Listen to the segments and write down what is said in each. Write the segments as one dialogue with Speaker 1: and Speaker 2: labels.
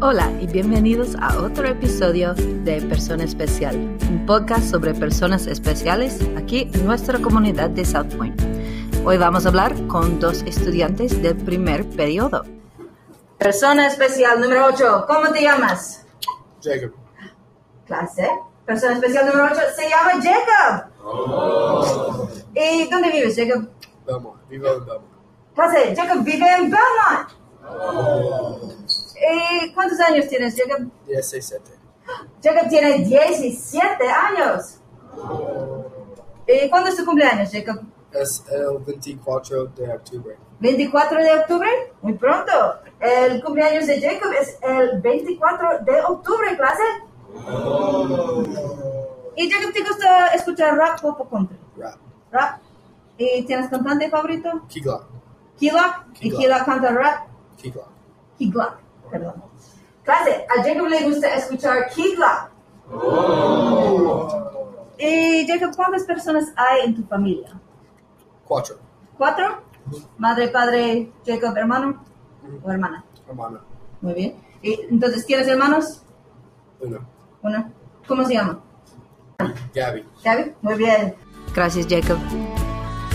Speaker 1: Hola y bienvenidos a otro episodio de Persona Especial, un podcast sobre personas especiales aquí en nuestra comunidad de South Point. Hoy vamos a hablar con dos estudiantes del primer periodo. Persona especial número 8, ¿cómo te llamas?
Speaker 2: Jacob.
Speaker 1: Clase. Persona especial número 8 se llama Jacob. ¿Y dónde vives, Jacob?
Speaker 2: Belmont. Vivo en Belmont.
Speaker 1: Clase, Jacob vive en Belmont. ¿Y cuántos años tienes, Jacob?
Speaker 2: 167.
Speaker 1: Jacob tiene 17 años. ¿Y cuándo es tu cumpleaños, Jacob?
Speaker 2: Es el 24 de octubre.
Speaker 1: 24 de octubre, muy pronto. El cumpleaños de Jacob es el 24 de octubre, clase. ¿Y Jacob te gusta escuchar rap, pop o country?
Speaker 2: Rap.
Speaker 1: Rap. ¿Y tienes cantante favorito?
Speaker 2: Key Glock.
Speaker 1: Kila. ¿Y
Speaker 2: Kila.
Speaker 1: Kila canta rap?
Speaker 2: Key Glock.
Speaker 1: Kigla, perdón. Clase, a Jacob le gusta escuchar Kigla. Y Jacob, ¿cuántas personas hay en tu familia?
Speaker 2: Cuatro.
Speaker 1: ¿Cuatro? Madre, padre, Jacob, hermano o hermana.
Speaker 2: Hermana.
Speaker 1: Muy bien. Y, entonces, ¿tienes hermanos?
Speaker 2: Uno.
Speaker 1: Uno. ¿Cómo se llama?
Speaker 2: Gabby.
Speaker 1: Gaby. Muy bien. Gracias, Jacob.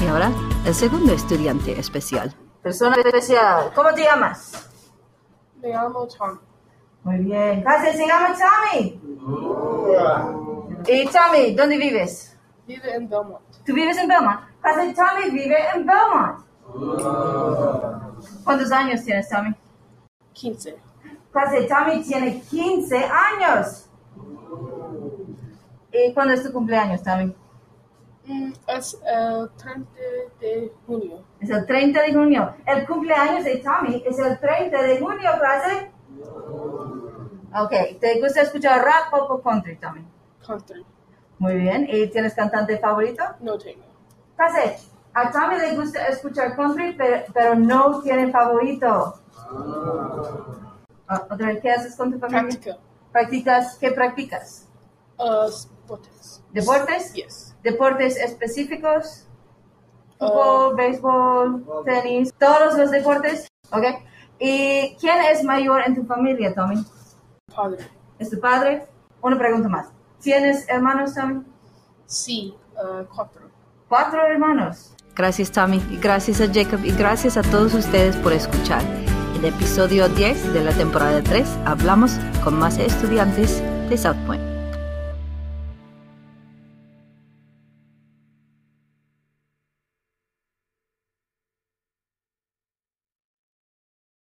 Speaker 1: Y ahora, el segundo estudiante especial. Persona especial. ¿Cómo te llamas?
Speaker 3: Me llamo Tom.
Speaker 1: Muy bien. Gracias, se llama Tommy. Y Tommy, ¿dónde vives?
Speaker 3: Vive en Belmont.
Speaker 1: Tú vives en Belmont. Casi Tommy vive en Belmont. ¿Cuántos años tienes, Tommy?
Speaker 3: 15.
Speaker 1: Casi Tommy tiene 15 años. ¿Y cuándo es tu cumpleaños, Tommy?
Speaker 3: Mm, es el 30 de junio.
Speaker 1: Es el 30 de junio. El cumpleaños de Tommy es el 30 de junio, clase. Ok, ¿te gusta escuchar rap, pop o country, Tommy?
Speaker 3: Country.
Speaker 1: Muy bien. ¿Y tienes cantante favorito?
Speaker 3: No tengo.
Speaker 1: Casi, a Tommy le gusta escuchar country, pero, pero no tiene favorito. Ah, otra vez, ¿Qué haces con tu familia?
Speaker 3: Practical.
Speaker 1: ¿Practicas? ¿Qué practicas?
Speaker 3: Uh, sports.
Speaker 1: ¿Deportes?
Speaker 3: Yes.
Speaker 1: ¿Deportes específicos? Fútbol, béisbol, tenis, todos los deportes. ¿Ok? ¿Y quién es mayor en tu familia, Tommy?
Speaker 3: Padre.
Speaker 1: ¿Es tu padre? Una pregunta más. ¿Tienes hermanos, Tommy?
Speaker 3: Sí. Uh, cuatro.
Speaker 1: Cuatro hermanos.
Speaker 4: Gracias Tommy, y gracias a Jacob y gracias a todos ustedes por escuchar. En el episodio 10 de la temporada 3 hablamos con más estudiantes de South Point.